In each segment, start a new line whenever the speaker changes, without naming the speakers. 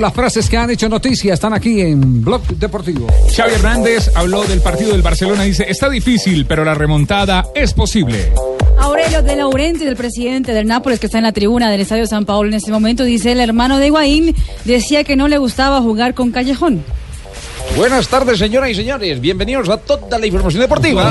Las frases que han hecho noticia están aquí en Blog Deportivo.
Xavi Hernández habló del partido del Barcelona y dice, está difícil, pero la remontada es posible.
Aurelio de Laurenti, el presidente del Nápoles, que está en la tribuna del Estadio San Paulo en este momento, dice, el hermano de Higuaín decía que no le gustaba jugar con Callejón.
Buenas tardes, señoras y señores. Bienvenidos a toda la información deportiva.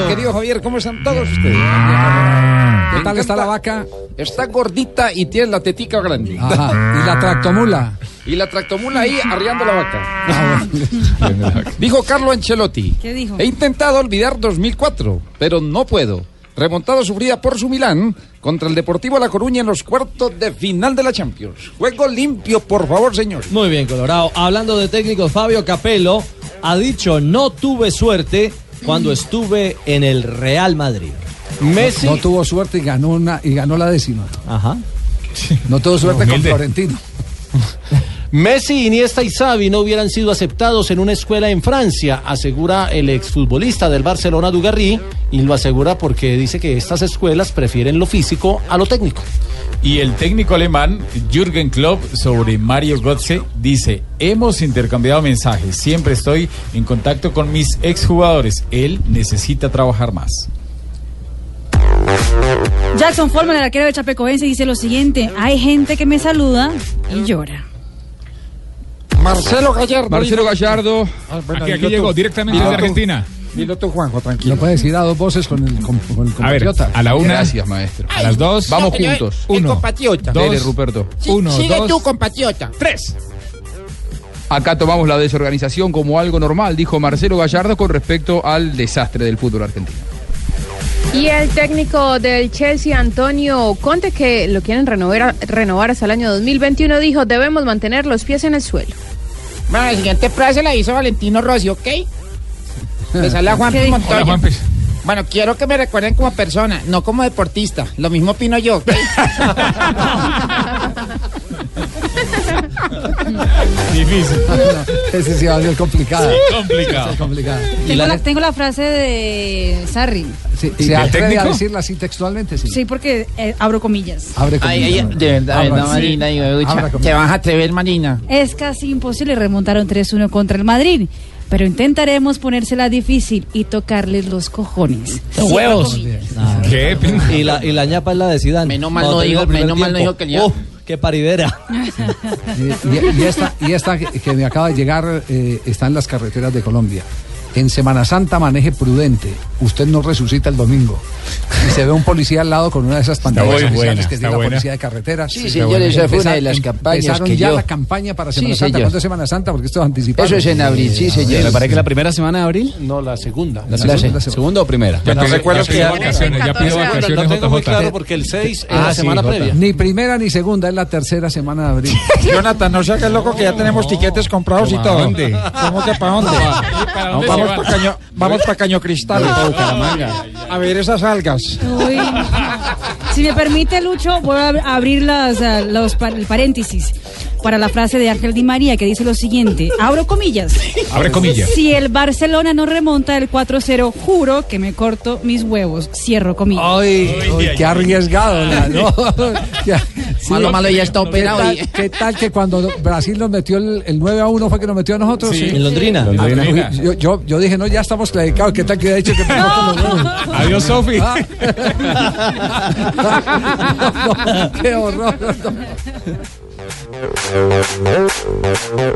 Mi querido Javier, ¿cómo están todos ustedes?
Ah.
¿Qué tal está la vaca?
Está gordita y tiene la tetica grande.
Ajá. Y la tractomula. Ah,
Y la tractomula ahí arriando la vaca. Dijo Carlo Ancelotti.
¿Qué dijo?
He intentado olvidar 2004, pero no puedo. Remontada sufrida por su Milán contra el Deportivo La Coruña en los cuartos de final de la Champions. Juego limpio, por favor, señor.
Muy bien, Colorado. Hablando de técnicos, Fabio Capello ha dicho no tuve suerte cuando estuve en el Real Madrid. Messi.
No tuvo suerte y ganó una y ganó la décima.
Ajá.
No tuvo suerte con
Humilde.
Florentino.
Messi, Iniesta y Xavi no hubieran sido aceptados en una escuela en Francia, asegura el exfutbolista del Barcelona Dugarry, y lo asegura porque dice que estas escuelas prefieren lo físico a lo técnico.
Y el técnico alemán Jürgen Klopp sobre Mario Götze dice, hemos intercambiado mensajes, siempre estoy en contacto con mis exjugadores, él necesita trabajar más.
Jackson Follman, el arquero de Chapecoense, dice lo siguiente, hay gente que me saluda y llora.
Marcelo Gallardo.
Marcelo Gallardo.
Aquí, aquí llegó directamente desde Argentina.
Dilo tú, Juanjo, tranquilo.
No puede decir a dos voces con el, con, con el
A ver,
compatriota.
a la una,
Gracias, maestro.
a las dos,
Vamos
Señor,
juntos.
el
Uno,
compatriota.
dos,
Dele, Ruperto.
Sí,
uno,
sigue
dos,
tú, compatriota.
tres.
Acá tomamos la desorganización como algo normal, dijo Marcelo Gallardo con respecto al desastre del fútbol argentino.
Y el técnico del Chelsea, Antonio Conte, que lo quieren renovar, renovar hasta el año 2021, dijo, debemos mantener los pies en el suelo.
Bueno, la siguiente frase la hizo Valentino Rossi, ¿ok? Les habla Juan
¿Qué dijo?
Montoya.
Hola, Juanpes.
Bueno, quiero que me recuerden como persona, no como deportista. Lo mismo opino yo, ¿ok?
Difícil,
Ese sí va a ser complicado.
complicado.
Complicado.
Tengo la, tengo la frase de Sarri.
Sí,
¿Y
¿Se
del
atreve
técnico?
a decirla así textualmente? Sí.
Sí, porque eh, abro comillas.
Abre
Ay, ay,
comillas.
de verdad,
Abra-
verdad,
sí.
Marina. digo, pucha,
Abra
te
comillas.
vas a atrever, Marina.
Es casi imposible remontar un 3-1 contra el Madrid, pero intentaremos ponérsela difícil y tocarles los cojones.
Los huevos.
Qué pena.
Y la, y la ñapa es la de Zidane.
Menos mal no
Cuando termina
dijo-
el primer
menos mal no dijo
tiempo,
que ya-
"Oh, qué paridera.
Eh, Y, y esta, y esta que, que me acaba de llegar eh, está en las carreteras de Colombia. En Semana Santa maneje prudente. Usted no resucita el domingo. Y se ve un policía al lado con una de esas pantallas
muy
oficiales
buena,
que
está
tiene la
buena.
policía de carreteras.
Sí, señores, esa fue una de las
Empeza-
campañas
Empezaron
que
ya
yo...
la campaña para
Sí,
Semana Santa.
señor.
¿Cuándo es Semana Santa? Porque esto es anticipado.
Eso es en abril, sí, señor.
Me parece que la primera semana de abril.
No, la segunda.
La
segunda,
segunda,
la segunda.
segunda o primera.
Ya pidió-
recuerdo
ya
que
pidió
ya-
vacaciones, ya pidió
14 años.
Lo
vacaciones,
tengo muy
JJ.
claro porque el 6 es
Ah,
la
sí,
semana
Jota.
previa.
Ni primera ni segunda, es la tercera semana de abril.
Jonathan, no se haga loco que ya tenemos tiquetes comprados y
¿Para
todo.
dónde?
¿Cómo que para dónde?
¿Para
No,
dónde se
vamos
va?
para Caño, vamos pa' Caño Cristal. A ver esas algas.
Uy. Si me permite, Lucho, voy a ab- abrir las, ah, los par- el paréntesis para la frase de Ángel Di María que dice lo siguiente, abro comillas.
Abre comillas.
Si el Barcelona no remonta el 4-0, juro que me corto mis huevos, cierro comillas.
Ay,
ay,
qué arriesgado. ¿no? Ya, sí.
Malo, malo, ya está
¿Qué
operado.
tal,
y-
qué tal que cuando Brasil nos metió el, el 9 a 1 fue que nos metió a nosotros?
Sí.
En Londrina.
Ah,
Londrina.
yo, yo, yo dije, no, ya estamos clasificados. ¿Qué tal que ha dicho que me corto los huevos?
Adiós, Sofi.
No, no, qué horror. no.